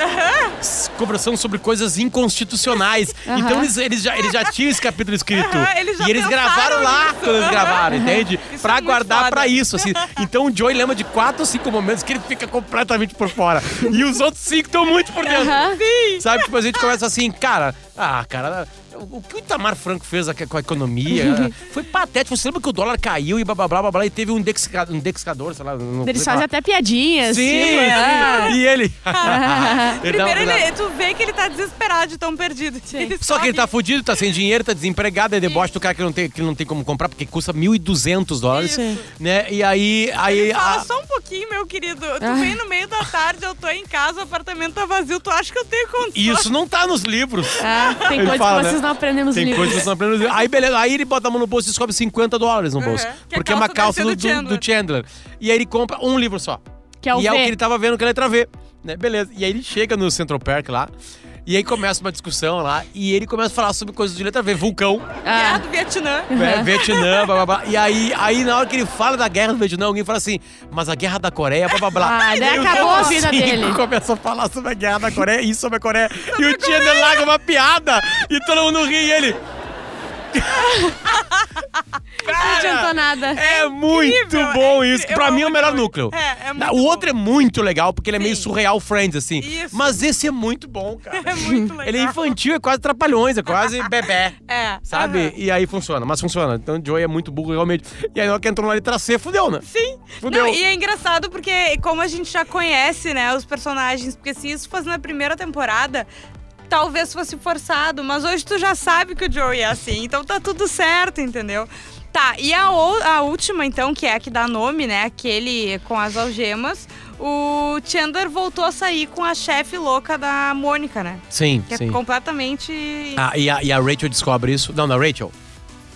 [SPEAKER 2] S- Conversando sobre coisas inconstitucionais. Então eles, eles, já, eles já tinham esse capítulo escrito.
[SPEAKER 1] Aham, eles já
[SPEAKER 2] e eles
[SPEAKER 1] pensaram
[SPEAKER 2] gravaram lá
[SPEAKER 1] nisso.
[SPEAKER 2] quando eles gravaram, entende?
[SPEAKER 1] Isso é
[SPEAKER 2] pra
[SPEAKER 1] muito
[SPEAKER 2] guardar
[SPEAKER 1] foda.
[SPEAKER 2] pra isso, assim. Então o Joey lembra de quatro ou cinco momentos que ele fica completamente por fora. E os outros cinco estão muito por dentro.
[SPEAKER 3] Aham.
[SPEAKER 2] Sabe? Tipo, a gente começa assim, cara, ah, cara, o o que o Itamar Franco fez aqui com a economia foi patético. Você lembra que o dólar caiu e blá blá blá blá, blá e teve um indexica- um indexador, sei lá. não
[SPEAKER 3] Eles
[SPEAKER 2] sei falar.
[SPEAKER 3] fazem até piadinhas.
[SPEAKER 2] Sim,
[SPEAKER 3] assim, né?
[SPEAKER 2] sim. E ele. Ele dá-
[SPEAKER 1] Primeiro,
[SPEAKER 2] dá-
[SPEAKER 1] ele, tu vê que ele tá desesperado de tão perdido. Ele
[SPEAKER 2] Só que ele tá
[SPEAKER 1] sabe.
[SPEAKER 2] fudido, tá sem dinheiro, tá desempregado, é deboche do cara que não tem, que não tem como comprar, porque custa 1.200 dólares,
[SPEAKER 3] Isso.
[SPEAKER 2] né? E aí... aí
[SPEAKER 1] Ele fala
[SPEAKER 2] a-
[SPEAKER 1] só um pouquinho, meu querido.
[SPEAKER 3] Ah.
[SPEAKER 1] Tu vem no meio da tarde, eu tô em casa, o apartamento tá vazio. Tu acha que eu tenho condição?
[SPEAKER 2] E isso não tá nos livros.
[SPEAKER 3] Ah, tem
[SPEAKER 2] Ele
[SPEAKER 3] coisas
[SPEAKER 2] fala,
[SPEAKER 3] que vocês
[SPEAKER 2] né?
[SPEAKER 3] não aprendem nos
[SPEAKER 2] Tem
[SPEAKER 3] livros.
[SPEAKER 2] coisa que você não aprende nos livros. Aí, beleza, aí ele bota a mão no bolso e descobre 50 dólares no
[SPEAKER 1] Uhum.
[SPEAKER 2] bolso.
[SPEAKER 1] Que a
[SPEAKER 2] Porque é uma
[SPEAKER 1] calça
[SPEAKER 2] calça
[SPEAKER 1] deve
[SPEAKER 2] do,
[SPEAKER 1] ser do
[SPEAKER 2] do- do Chandler. E aí ele compra um livro só.
[SPEAKER 3] Que é o
[SPEAKER 2] e é o
[SPEAKER 3] V.
[SPEAKER 2] que ele tava vendo com a letra V. Né? Beleza. E aí ele chega no Central Park lá. E aí começa uma discussão lá. E ele começa a falar sobre coisas de letra V. Vulcão.
[SPEAKER 1] Guerra
[SPEAKER 3] Ah,
[SPEAKER 1] do Vietnã.
[SPEAKER 2] É, Vietnã, blá blá blá. E aí, aí, na hora que ele fala da guerra do Vietnã, alguém fala assim, mas a guerra da Coreia, blá blá blá.
[SPEAKER 3] Ah, daí
[SPEAKER 1] né?
[SPEAKER 2] E aí o
[SPEAKER 3] acabou a
[SPEAKER 2] Tom
[SPEAKER 3] vida
[SPEAKER 2] Cinco
[SPEAKER 3] dele.
[SPEAKER 2] começou a falar sobre a guerra da Coreia e sobre a Coreia. e o Chandler larga uma piada e todo mundo ri e ele.
[SPEAKER 3] não adiantou nada.
[SPEAKER 2] É muito
[SPEAKER 1] incrível,
[SPEAKER 2] bom
[SPEAKER 1] é
[SPEAKER 2] isso.
[SPEAKER 1] incrível,
[SPEAKER 2] Pra
[SPEAKER 1] é
[SPEAKER 2] mim é o
[SPEAKER 1] muito
[SPEAKER 2] melhor
[SPEAKER 1] bom.
[SPEAKER 2] núcleo.
[SPEAKER 1] É, é muito
[SPEAKER 2] o outro é muito legal, porque ele é meio
[SPEAKER 1] Sim.
[SPEAKER 2] surreal Friends, assim.
[SPEAKER 1] Isso.
[SPEAKER 2] Mas esse é muito bom, cara.
[SPEAKER 1] É muito legal.
[SPEAKER 2] Ele é infantil, é quase trapalhões, é quase bebê.
[SPEAKER 1] É.
[SPEAKER 2] Sabe?
[SPEAKER 1] aham.
[SPEAKER 2] E aí funciona, mas funciona. Então o Joey é muito burro realmente. E aí na hora que entrou na letra C, fudeu, né?
[SPEAKER 1] Sim.
[SPEAKER 2] Fudeu.
[SPEAKER 1] Não, e é engraçado porque, como a gente já conhece, né, os personagens, porque se isso fosse na primeira temporada, talvez fosse forçado, mas hoje tu já sabe que o Joey é assim, então tá tudo certo, entendeu? Tá, e a, ou- a última, então, que é a que dá nome, né, aquele com as algemas, o Chandler voltou a sair com a chefe louca da Mônica, né?
[SPEAKER 2] Sim,
[SPEAKER 1] Que
[SPEAKER 2] sim.
[SPEAKER 1] é completamente.
[SPEAKER 2] Ah, e, a, e a Rachel descobre isso. Não, da Rachel.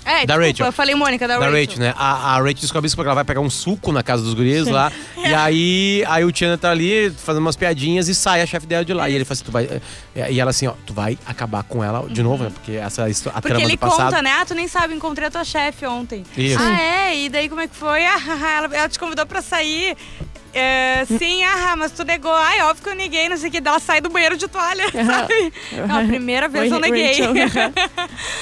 [SPEAKER 1] é,
[SPEAKER 2] da
[SPEAKER 1] desculpa,
[SPEAKER 2] Rachel.
[SPEAKER 1] eu falei Mônica, da,
[SPEAKER 2] Da
[SPEAKER 1] Rachel.
[SPEAKER 2] Rachel, né? A, a Rachel descobre isso porque ela vai pegar um suco na casa dos guris lá. E aí, aí o Tiana tá ali fazendo umas piadinhas e sai a chefe dela de lá. E ele fala assim: tu vai. é, E ela assim, ó, tu vai acabar com ela de novo, né? Porque essa é a histó- a
[SPEAKER 1] Uhum. Porque
[SPEAKER 2] trama
[SPEAKER 1] ele
[SPEAKER 2] do passado.
[SPEAKER 1] conta, né? Ah, tu nem sabe, encontrei a tua chefe ontem.
[SPEAKER 2] Isso.
[SPEAKER 1] Ah, é? E daí como é que foi? Ah, haha, ela, ela te convidou pra sair. É, sim, ah, mas tu negou. Ai, óbvio que eu neguei, não sei o que. Daí Ela sai do banheiro de toalha, sabe? Não, a primeira vez eu
[SPEAKER 3] Oi,
[SPEAKER 1] neguei.
[SPEAKER 3] Rachel.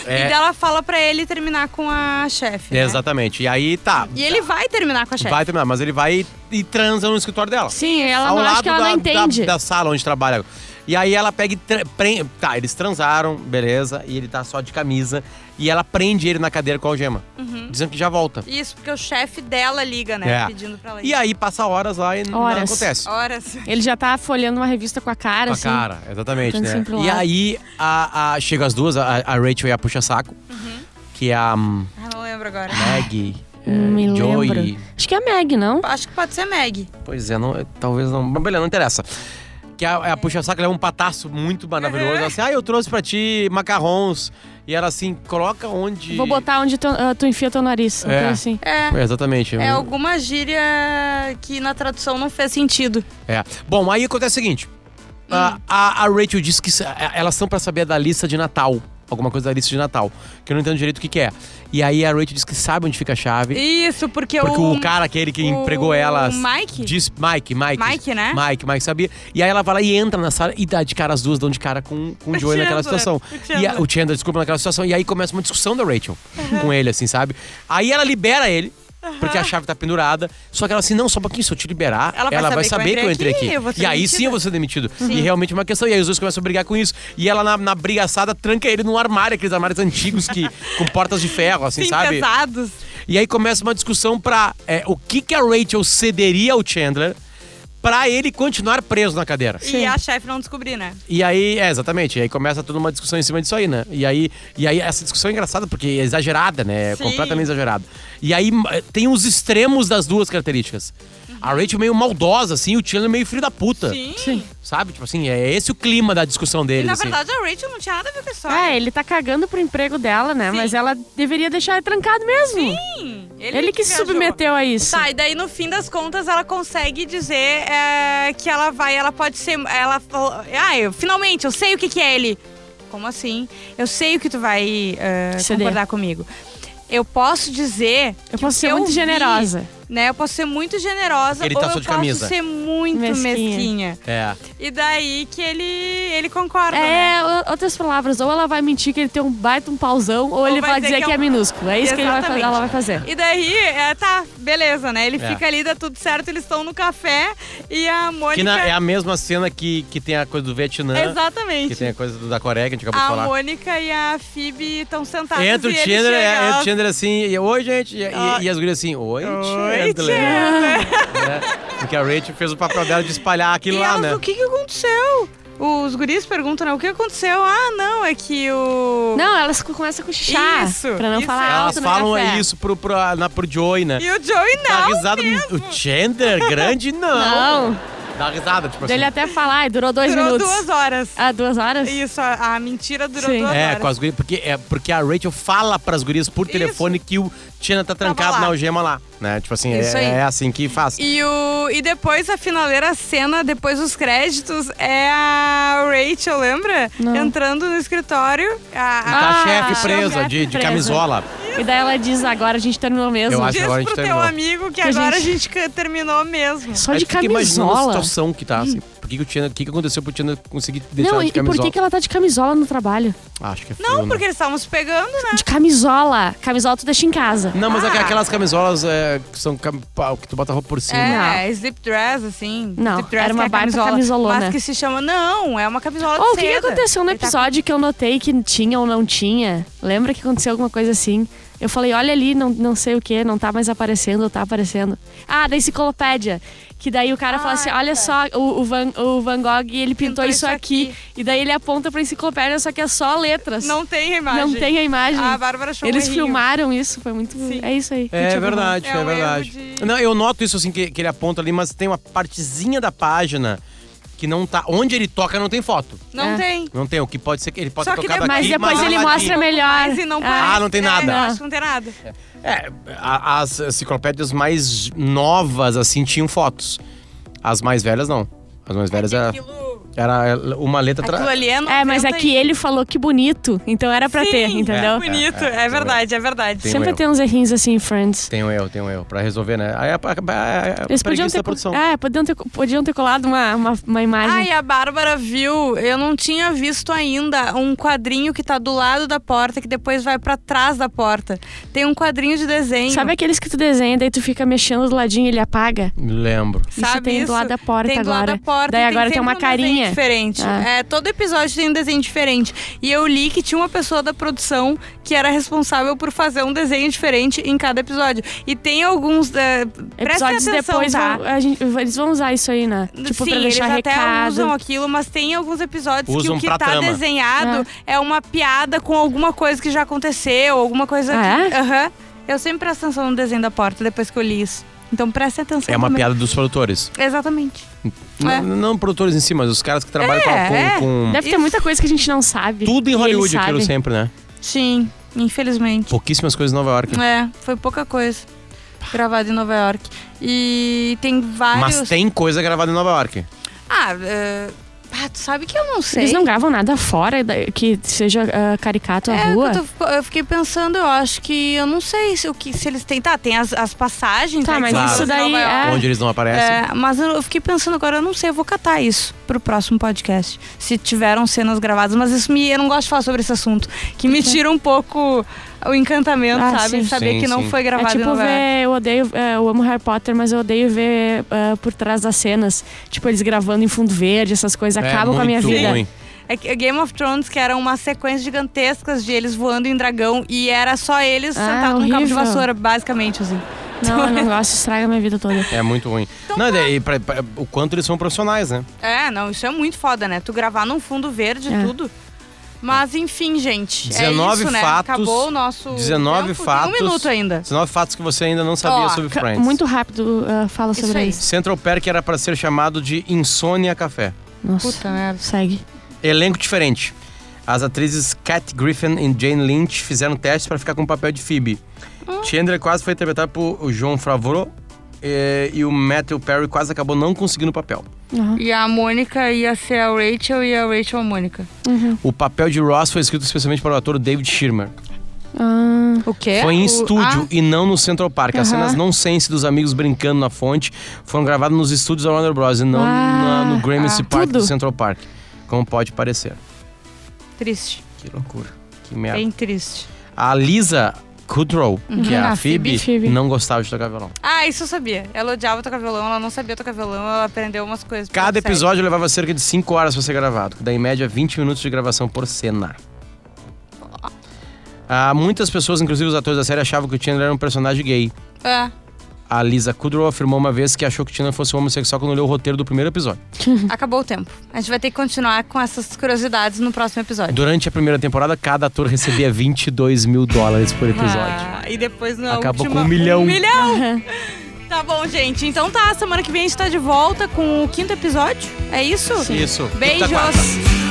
[SPEAKER 2] É.
[SPEAKER 1] E daí ela fala pra ele terminar com a chefe.
[SPEAKER 2] É,
[SPEAKER 1] né?
[SPEAKER 2] Exatamente. E aí tá.
[SPEAKER 1] E ele vai terminar com a chefe.
[SPEAKER 2] Vai terminar, mas ele vai e, e transa no escritório dela.
[SPEAKER 3] Sim, ela
[SPEAKER 2] ao
[SPEAKER 3] não acha
[SPEAKER 2] lado
[SPEAKER 3] que ela
[SPEAKER 2] da,
[SPEAKER 3] não entende.
[SPEAKER 2] Da, da sala onde trabalha. E aí ela pega e tra- prende. Tá,
[SPEAKER 3] Uhum.
[SPEAKER 2] eles transaram, beleza. E ele tá só de camisa. E ela prende ele na cadeira com a algema. dizendo que já volta.
[SPEAKER 1] Isso, porque o chefe dela liga, né?
[SPEAKER 2] É.
[SPEAKER 1] Pedindo pra ela ir.
[SPEAKER 2] E aí passa horas lá e n- nada
[SPEAKER 3] Horas.
[SPEAKER 2] acontece.
[SPEAKER 1] Horas.
[SPEAKER 3] Ele já tá folhando uma revista com a cara,
[SPEAKER 2] Com a
[SPEAKER 3] assim.
[SPEAKER 2] cara, exatamente,
[SPEAKER 3] Tanto
[SPEAKER 2] né?
[SPEAKER 3] assim pro
[SPEAKER 2] E
[SPEAKER 3] lado.
[SPEAKER 2] aí a, a- chega as duas, a, a Rachel e a Puxa Saco,
[SPEAKER 3] Uhum.
[SPEAKER 2] que é a hum,
[SPEAKER 1] Ah, não lembro agora.
[SPEAKER 2] Maggie, é,
[SPEAKER 3] Hum, Me
[SPEAKER 2] Joey.
[SPEAKER 3] lembro. Acho que é a Meg, não?
[SPEAKER 1] Acho que pode ser Meg.
[SPEAKER 2] Pois é, não, é, talvez não. Mas beleza, não interessa. Que a, a Puxa Saco ela é um pataço muito maravilhoso. Ela assim, ah, eu trouxe pra ti macarrons. E ela assim, coloca onde.
[SPEAKER 3] Vou botar onde tu, ah, tu enfia teu nariz. uma
[SPEAKER 2] É.
[SPEAKER 3] coisa assim.
[SPEAKER 1] É.
[SPEAKER 2] É, exatamente.
[SPEAKER 1] É alguma gíria que na tradução não fez sentido.
[SPEAKER 2] É. Bom, aí acontece o seguinte. A, a- a Rachel disse que s- a- elas são pra saber da lista de Natal. Alguma coisa da lista de Natal. Que eu não entendo direito o que, que é. E aí a Rachel diz que sabe onde fica a chave.
[SPEAKER 1] Isso, porque,
[SPEAKER 2] porque
[SPEAKER 1] o.
[SPEAKER 2] o cara, aquele que
[SPEAKER 1] o
[SPEAKER 2] empregou ela.
[SPEAKER 1] Mike?
[SPEAKER 2] Diz, Mike, Mike.
[SPEAKER 1] Mike, né?
[SPEAKER 2] Mike, Mike sabia. E aí ela vai lá e entra na sala e dá de cara as duas, dão de cara com, com o
[SPEAKER 1] O
[SPEAKER 2] Joey naquela
[SPEAKER 1] Chandler,
[SPEAKER 2] situação.
[SPEAKER 1] o Chandler.
[SPEAKER 2] E a- o Chandler, desculpa, naquela situação. E aí começa uma discussão da Rachel com ele, assim, sabe? Aí ela libera ele. Porque a chave tá pendurada. Só que ela assim, não, só um pouquinho, se eu te liberar,
[SPEAKER 1] Ela vai saber que eu
[SPEAKER 2] que eu entrei
[SPEAKER 1] entrei
[SPEAKER 2] aqui.
[SPEAKER 1] aqui, eu vou ser
[SPEAKER 2] e aí sim
[SPEAKER 1] demitida.
[SPEAKER 2] eu vou ser demitido. E realmente é uma questão. E aí os dois começam a brigar com isso. E ela, na, na brigaçada, tranca ele num armário, aqueles armários antigos que com portas de ferro, assim,
[SPEAKER 1] Sim,
[SPEAKER 2] sabe?
[SPEAKER 1] pesados.
[SPEAKER 2] E aí começa uma discussão pra é, o que, que a Rachel cederia ao Chandler pra ele continuar preso na cadeira.
[SPEAKER 1] E a chefe não descobrir, né?
[SPEAKER 2] E aí, é, exatamente, e aí começa toda uma discussão em cima disso aí, né? E aí, e aí essa discussão é engraçada porque é exagerada, né? É
[SPEAKER 1] Sim.
[SPEAKER 2] completamente exagerada. E aí m- tem os extremos das duas características. A Rachel meio maldosa, assim, e o Chandler meio frio da puta.
[SPEAKER 1] Uhum. Sim.
[SPEAKER 2] Sabe? Tipo assim, é esse o clima da discussão
[SPEAKER 1] E
[SPEAKER 2] deles,
[SPEAKER 1] na
[SPEAKER 2] assim.
[SPEAKER 1] verdade a Rachel não tinha nada a ver com isso.
[SPEAKER 3] É, ele tá cagando pro emprego dela, né?
[SPEAKER 1] Sim.
[SPEAKER 3] Mas ela deveria deixar ele trancado mesmo.
[SPEAKER 1] Sim,
[SPEAKER 3] Ele que se
[SPEAKER 1] viajou.
[SPEAKER 3] submeteu a isso.
[SPEAKER 1] Tá, e daí no fim das contas ela consegue dizer é, que ela vai, ela pode ser. Ela falou. Ah, eu, finalmente, eu sei o que, que é ele. Como assim? Eu sei o que tu vai é,
[SPEAKER 3] Ceder.
[SPEAKER 1] concordar comigo. Eu posso dizer.
[SPEAKER 3] Eu posso ser
[SPEAKER 1] eu
[SPEAKER 3] muito
[SPEAKER 1] vi-
[SPEAKER 3] generosa.
[SPEAKER 1] Né, eu posso ser muito generosa
[SPEAKER 2] Ele
[SPEAKER 1] ou
[SPEAKER 2] tá
[SPEAKER 1] eu
[SPEAKER 2] só de
[SPEAKER 1] posso
[SPEAKER 2] camisa.
[SPEAKER 1] ser muito
[SPEAKER 3] Mesquinha.
[SPEAKER 1] mesquinha.
[SPEAKER 2] É.
[SPEAKER 1] E daí que ele, ele concorda. né?
[SPEAKER 3] É, o- outras palavras, ou ela vai mentir que ele tem um baita um pauzão, ou, ele vai, dizer que é,
[SPEAKER 1] um-
[SPEAKER 3] minúsculo. É isso que ele vai fazer,
[SPEAKER 1] Exatamente.
[SPEAKER 3] ela vai fazer.
[SPEAKER 1] E daí, é, tá, beleza, né? Ele
[SPEAKER 2] É.
[SPEAKER 1] fica ali, dá tudo certo, eles estão no café e a Mônica.
[SPEAKER 2] Que na- é a mesma cena que, que tem a coisa do Vietnã.
[SPEAKER 1] Exatamente.
[SPEAKER 2] Que tem a coisa do- da Coreia que a gente acabou de
[SPEAKER 1] A
[SPEAKER 2] falar.
[SPEAKER 1] Mônica e a Phoebe estão sentadas
[SPEAKER 2] Entra o
[SPEAKER 1] e Tá ele
[SPEAKER 2] Chandler,
[SPEAKER 1] chega,
[SPEAKER 2] é, entra
[SPEAKER 1] ó,
[SPEAKER 2] o Chandler assim, e, oi gente, e, e-
[SPEAKER 1] Ah.
[SPEAKER 2] e as gurias assim, oi,
[SPEAKER 1] Oi, Chandler.
[SPEAKER 2] Chandler. Né? Porque a Rachel fez o papel dela de espalhar aquilo
[SPEAKER 1] E é um
[SPEAKER 2] lá,
[SPEAKER 1] elas,
[SPEAKER 2] né?
[SPEAKER 1] o que, que aconteceu? Os guris perguntam, né? O que aconteceu? Ah, não, é que o...
[SPEAKER 3] Não, elas co- começam a cochichar
[SPEAKER 1] Isso,
[SPEAKER 3] pra não
[SPEAKER 1] isso
[SPEAKER 3] falar
[SPEAKER 1] é. é
[SPEAKER 2] Elas
[SPEAKER 3] alto né? no
[SPEAKER 2] falam
[SPEAKER 3] café.
[SPEAKER 2] isso pro, pro, na, pro Joey, né?
[SPEAKER 1] E o Joey
[SPEAKER 2] Dá
[SPEAKER 1] não
[SPEAKER 2] risada.
[SPEAKER 1] mesmo.
[SPEAKER 2] O Chandler, grande, não.
[SPEAKER 3] Não,
[SPEAKER 2] Dá risada, tipo
[SPEAKER 3] dele
[SPEAKER 2] assim.
[SPEAKER 3] até falar, ai, durou dois
[SPEAKER 1] Durou
[SPEAKER 3] minutos.
[SPEAKER 1] duas horas.
[SPEAKER 3] Ah, duas horas?
[SPEAKER 1] Isso, a, a mentira durou
[SPEAKER 3] Sim.
[SPEAKER 1] duas
[SPEAKER 2] É,
[SPEAKER 1] horas.
[SPEAKER 2] com as gurias, porque, é, porque a Rachel fala pras gurias por telefone que o Chandler tá trancado
[SPEAKER 1] lá.
[SPEAKER 2] na algema lá, né? Tipo assim, é,
[SPEAKER 1] Isso aí.
[SPEAKER 2] é assim que faz.
[SPEAKER 1] E, o, e depois a finaleira cena, depois dos créditos, é a Rachel, lembra?
[SPEAKER 3] Não.
[SPEAKER 1] Entrando no escritório. A, a-
[SPEAKER 2] Tá a
[SPEAKER 3] Ah,
[SPEAKER 2] chefe
[SPEAKER 3] tá
[SPEAKER 2] presa,
[SPEAKER 3] chefe
[SPEAKER 2] de, de
[SPEAKER 3] presa.
[SPEAKER 2] camisola.
[SPEAKER 3] E daí ela diz, agora a gente terminou mesmo.
[SPEAKER 2] Eu acho- que
[SPEAKER 1] diz
[SPEAKER 2] agora a gente
[SPEAKER 1] pro teu
[SPEAKER 2] terminou.
[SPEAKER 1] amigo que
[SPEAKER 3] Que a
[SPEAKER 1] agora
[SPEAKER 3] gente-
[SPEAKER 1] a gente ca- terminou mesmo.
[SPEAKER 3] Só
[SPEAKER 2] Aí
[SPEAKER 3] de
[SPEAKER 2] fica imaginando a
[SPEAKER 3] camisola.
[SPEAKER 2] situação que tá, assim. Por que, que o Chandler, o que, que aconteceu pro Chandler conseguir deixar
[SPEAKER 3] Não,
[SPEAKER 2] ela
[SPEAKER 3] e,
[SPEAKER 2] de
[SPEAKER 3] e por
[SPEAKER 2] camisola?
[SPEAKER 3] que, que ela tá de camisola no trabalho?
[SPEAKER 2] Acho que é frio,
[SPEAKER 1] Não,
[SPEAKER 2] né?
[SPEAKER 1] porque eles estavam se pegando, né?
[SPEAKER 3] De camisola. Camisola tu deixa em casa.
[SPEAKER 2] Não, mas é que
[SPEAKER 1] Ah.
[SPEAKER 2] aquelas camisolas é, que são cam- pau, que tu bota a roupa por cima.
[SPEAKER 1] É, slip dress, assim.
[SPEAKER 3] Não,
[SPEAKER 1] slip dress
[SPEAKER 3] era uma
[SPEAKER 1] que é a
[SPEAKER 3] baita
[SPEAKER 1] camisola,
[SPEAKER 3] camisolona.
[SPEAKER 1] Mas que se chama... Não, é uma camisola de
[SPEAKER 3] Oh, o que, que
[SPEAKER 1] seda.
[SPEAKER 3] aconteceu no
[SPEAKER 1] Ele tá-
[SPEAKER 3] episódio que eu notei que tinha ou não tinha? Lembra que aconteceu alguma coisa assim? Eu falei, olha ali, não, não sei o que, não tá mais aparecendo, ou tá aparecendo. Ah, da enciclopédia. Que daí o cara fala assim,
[SPEAKER 1] Ah, tá.
[SPEAKER 3] olha só, o, o Van, o Van Gogh, ele pintou, isso aqui. E daí ele aponta pra enciclopédia, só que é só letras.
[SPEAKER 1] Não tem a imagem.
[SPEAKER 3] Não tem a imagem.
[SPEAKER 1] A Bárbara achou um
[SPEAKER 3] Eles
[SPEAKER 1] errinho.
[SPEAKER 3] filmaram isso, foi muito...
[SPEAKER 1] Sim.
[SPEAKER 3] É isso aí. Eu
[SPEAKER 2] É
[SPEAKER 3] tinha
[SPEAKER 2] verdade,
[SPEAKER 1] É
[SPEAKER 2] é,
[SPEAKER 1] um erro
[SPEAKER 2] verdade.
[SPEAKER 1] de-
[SPEAKER 2] Não, eu noto isso assim que, que ele aponta ali, mas tem uma partezinha da página que não tá. Onde ele toca não tem foto.
[SPEAKER 1] Não
[SPEAKER 3] É.
[SPEAKER 1] tem.
[SPEAKER 2] Não tem. O que pode ser que ele pode
[SPEAKER 1] Só
[SPEAKER 2] ter
[SPEAKER 1] que
[SPEAKER 2] tocado
[SPEAKER 1] depois-
[SPEAKER 3] Mas
[SPEAKER 2] aqui,
[SPEAKER 3] depois
[SPEAKER 2] mas
[SPEAKER 3] ele
[SPEAKER 2] lá
[SPEAKER 3] mostra
[SPEAKER 2] ali.
[SPEAKER 3] melhor.
[SPEAKER 1] Mas e não
[SPEAKER 3] Ah,
[SPEAKER 1] parece.
[SPEAKER 2] não tem
[SPEAKER 1] É,
[SPEAKER 2] nada.
[SPEAKER 1] eu acho que não tem nada.
[SPEAKER 2] É, a- as enciclopédias mais novas assim tinham fotos. As mais velhas não. As mais velhas era,
[SPEAKER 1] É Aquilo,
[SPEAKER 2] era uma letra atrás.
[SPEAKER 1] aquilo ali é
[SPEAKER 3] É, mas
[SPEAKER 1] 90
[SPEAKER 3] aqui
[SPEAKER 1] e-
[SPEAKER 3] ele falou que bonito, então era pra
[SPEAKER 1] Sim,
[SPEAKER 3] ter, entendeu?
[SPEAKER 2] É,
[SPEAKER 1] Bonito,
[SPEAKER 2] é,
[SPEAKER 1] é,
[SPEAKER 2] tem um
[SPEAKER 1] verdade, é verdade.
[SPEAKER 2] Tem um
[SPEAKER 3] Sempre
[SPEAKER 2] erro.
[SPEAKER 3] tem uns errinhos assim em Friends.
[SPEAKER 2] Tem um erro, tem um erro. Pra resolver, né? Aí a, a, a, a
[SPEAKER 3] Eles podiam
[SPEAKER 2] preguiça
[SPEAKER 3] ter,
[SPEAKER 2] da produção.
[SPEAKER 3] É, podiam ter, podiam ter colado uma, uma, uma
[SPEAKER 1] Ai, é
[SPEAKER 3] imagem.
[SPEAKER 1] a Bárbara viu, eu não tinha visto ainda um quadrinho que tá do lado da porta, que depois vai pra trás da porta. Tem um quadrinho de desenho.
[SPEAKER 3] Sabe aqueles que tu desenha, daí tu fica mexendo do ladinho e ele apaga?
[SPEAKER 2] Lembro.
[SPEAKER 3] Isso tem do lado da porta
[SPEAKER 1] Tem do lado
[SPEAKER 3] agora.
[SPEAKER 1] da porta.
[SPEAKER 3] Daí
[SPEAKER 1] e
[SPEAKER 3] agora tem
[SPEAKER 1] sempre
[SPEAKER 3] uma
[SPEAKER 1] um desenho
[SPEAKER 3] carinha. diferentinha.
[SPEAKER 1] diferente.
[SPEAKER 3] Ah.
[SPEAKER 1] É, todo episódio tem um desenho diferente. E eu li que tinha uma pessoa da produção que era responsável por fazer um desenho diferente em cada episódio. E tem alguns. É, presta
[SPEAKER 3] Episódios
[SPEAKER 1] atenção,
[SPEAKER 3] depois
[SPEAKER 1] tá?
[SPEAKER 3] vão- a gente- eles vão usar isso aí, né? Tipo,
[SPEAKER 1] Sim,
[SPEAKER 3] pra deixar
[SPEAKER 1] eles até
[SPEAKER 3] recado.
[SPEAKER 1] usam aquilo, mas tem alguns episódios
[SPEAKER 2] Usam
[SPEAKER 1] que o
[SPEAKER 2] pra
[SPEAKER 1] que tá
[SPEAKER 2] trama.
[SPEAKER 1] desenhado é uma piada com alguma coisa que já aconteceu, alguma coisa.
[SPEAKER 3] Ah,
[SPEAKER 1] que- Aham. Eu sempre presto atenção no desenho da porta depois que eu li isso. Então presta atenção.
[SPEAKER 2] É uma
[SPEAKER 1] também.
[SPEAKER 2] piada dos produtores.
[SPEAKER 1] Exatamente. É.
[SPEAKER 2] N- Não produtores em si, mas os caras que trabalham com,
[SPEAKER 1] É,
[SPEAKER 2] com-
[SPEAKER 1] é.
[SPEAKER 2] com
[SPEAKER 3] Deve ter muita coisa que a gente não sabe.
[SPEAKER 2] tudo em
[SPEAKER 3] E eles
[SPEAKER 2] Hollywood, aquilo
[SPEAKER 3] sabem.
[SPEAKER 2] sempre, né?
[SPEAKER 1] Sim, infelizmente.
[SPEAKER 2] Pouquíssimas coisas em Nova York.
[SPEAKER 1] É, foi pouca coisa gravada em Nova York. E tem vários.
[SPEAKER 2] Mas tem coisa gravada em Nova York.
[SPEAKER 1] Ah, é, ah, tu sabe que eu não sei.
[SPEAKER 3] Eles não gravam nada fora da- que seja ah, caricato à
[SPEAKER 1] É,
[SPEAKER 3] rua.
[SPEAKER 1] que eu, tô- eu fiquei pensando, eu acho que eu não sei se, o que, se eles têm. Tá, tem as, as passagens.
[SPEAKER 3] Tá,
[SPEAKER 1] né,
[SPEAKER 3] mas
[SPEAKER 1] que
[SPEAKER 2] isso
[SPEAKER 1] falam de
[SPEAKER 3] daí
[SPEAKER 1] Nova York.
[SPEAKER 3] É.
[SPEAKER 2] Onde eles não aparecem.
[SPEAKER 1] É, mas eu, eu fiquei pensando agora, eu não sei, eu vou catar isso pro próximo podcast. Se tiveram cenas gravadas, mas isso me. Eu não gosto de falar sobre esse assunto. Que me tira um pouco o encantamento,
[SPEAKER 3] Ah,
[SPEAKER 1] sabe?
[SPEAKER 3] sim.
[SPEAKER 1] Saber
[SPEAKER 2] Sim,
[SPEAKER 1] que não
[SPEAKER 2] sim.
[SPEAKER 1] foi
[SPEAKER 3] É
[SPEAKER 1] gravado em
[SPEAKER 3] tipo
[SPEAKER 1] Nova York.
[SPEAKER 3] ver, eu odeio, é, eu amo Harry Potter, mas eu odeio ver ah, por trás das cenas. Tipo, eles gravando em fundo verde, essas coisas,
[SPEAKER 2] É
[SPEAKER 3] acabam com a minha
[SPEAKER 2] muito
[SPEAKER 3] vida.
[SPEAKER 2] ruim.
[SPEAKER 1] É que Game of Thrones, que eram umas sequências gigantescas de eles voando em dragão e era só eles
[SPEAKER 3] Ah,
[SPEAKER 1] sentados num cabo de
[SPEAKER 3] horrível.
[SPEAKER 1] vassoura, basicamente, assim.
[SPEAKER 3] Não, eu não gosto, estraga a minha vida toda.
[SPEAKER 2] É muito ruim.
[SPEAKER 3] Então
[SPEAKER 2] não, e
[SPEAKER 3] tá.
[SPEAKER 2] daí, pra- pra- o quanto eles são profissionais, né?
[SPEAKER 1] É, não, isso é muito foda, né? Tu gravar num fundo verde e
[SPEAKER 3] É.
[SPEAKER 1] tudo. Mas enfim, gente.
[SPEAKER 2] 19
[SPEAKER 1] é isso, né?
[SPEAKER 2] fatos,
[SPEAKER 1] Acabou o nosso.
[SPEAKER 2] 19
[SPEAKER 1] tempo.
[SPEAKER 2] fatos.
[SPEAKER 1] Tem um minuto ainda.
[SPEAKER 2] 19 fatos que você ainda não sabia
[SPEAKER 1] Ó,
[SPEAKER 2] sobre
[SPEAKER 3] Ca-
[SPEAKER 2] Friends.
[SPEAKER 3] Muito rápido, ah, fala
[SPEAKER 1] Isso
[SPEAKER 3] sobre
[SPEAKER 1] aí.
[SPEAKER 3] isso.
[SPEAKER 2] Central Perk era pra ser chamado de Insônia Café.
[SPEAKER 3] Nossa,
[SPEAKER 1] Puta merda.
[SPEAKER 3] segue.
[SPEAKER 2] Elenco diferente. As atrizes Kat Griffin e Jane Lynch fizeram testes pra ficar com o papel de Phoebe.
[SPEAKER 3] Hum.
[SPEAKER 2] Chandler quase foi interpretado por João Favreau eh, e, o Matthew Perry quase acabou não conseguindo o papel.
[SPEAKER 3] Aham.
[SPEAKER 1] E a Mônica ia ser a Rachel e a Rachel a Mônica.
[SPEAKER 3] Uhum.
[SPEAKER 2] O papel de Ross foi escrito especialmente para o ator David Schirmer.
[SPEAKER 3] Ah,
[SPEAKER 1] O quê?
[SPEAKER 2] Foi em
[SPEAKER 1] O- Ah,
[SPEAKER 2] estúdio e não no Central Park. As
[SPEAKER 3] Aham.
[SPEAKER 2] cenas nonsense dos amigos brincando na fonte foram gravadas nos estúdios da Warner Bros. e não
[SPEAKER 3] Ah,
[SPEAKER 2] na- no Gramercy
[SPEAKER 3] ah,
[SPEAKER 2] Park
[SPEAKER 3] tudo.
[SPEAKER 2] do Central Park. Como pode parecer.
[SPEAKER 1] Ah, triste.
[SPEAKER 2] Que loucura. Que merda.
[SPEAKER 1] Bem triste.
[SPEAKER 2] A Lisa Kudrow, que é
[SPEAKER 1] Uhum.
[SPEAKER 2] a
[SPEAKER 1] A
[SPEAKER 2] Phoebe,
[SPEAKER 3] Phoebe.
[SPEAKER 2] não gostava de tocar violão.
[SPEAKER 1] Ah, isso eu sabia. Ela odiava tocar violão, ela não sabia tocar violão, ela aprendeu umas coisas. pra
[SPEAKER 2] Cada
[SPEAKER 1] série.
[SPEAKER 2] episódio levava cerca de 5 horas para ser gravado, que dá em média 20 minutos de gravação por cena. Ah, muitas pessoas, inclusive os atores da série, achavam que o Chandler era um personagem gay.
[SPEAKER 1] É.
[SPEAKER 2] A Lisa Kudrow afirmou uma vez que achou que Chandler fosse um homossexual quando leu o roteiro do primeiro episódio.
[SPEAKER 1] Acabou o tempo. A gente vai ter que continuar com essas curiosidades no próximo episódio.
[SPEAKER 2] Durante a primeira temporada, cada ator recebia 22 mil dólares por episódio.
[SPEAKER 1] Ah, e depois na
[SPEAKER 2] Acabou
[SPEAKER 1] última...
[SPEAKER 2] com um milhão.
[SPEAKER 1] Um milhão!
[SPEAKER 3] aham.
[SPEAKER 1] Tá bom, gente. Então tá, semana que vem a gente tá de volta com o quinto episódio. É isso?
[SPEAKER 2] Isso.
[SPEAKER 1] Beijos!
[SPEAKER 2] Quinta, quarta.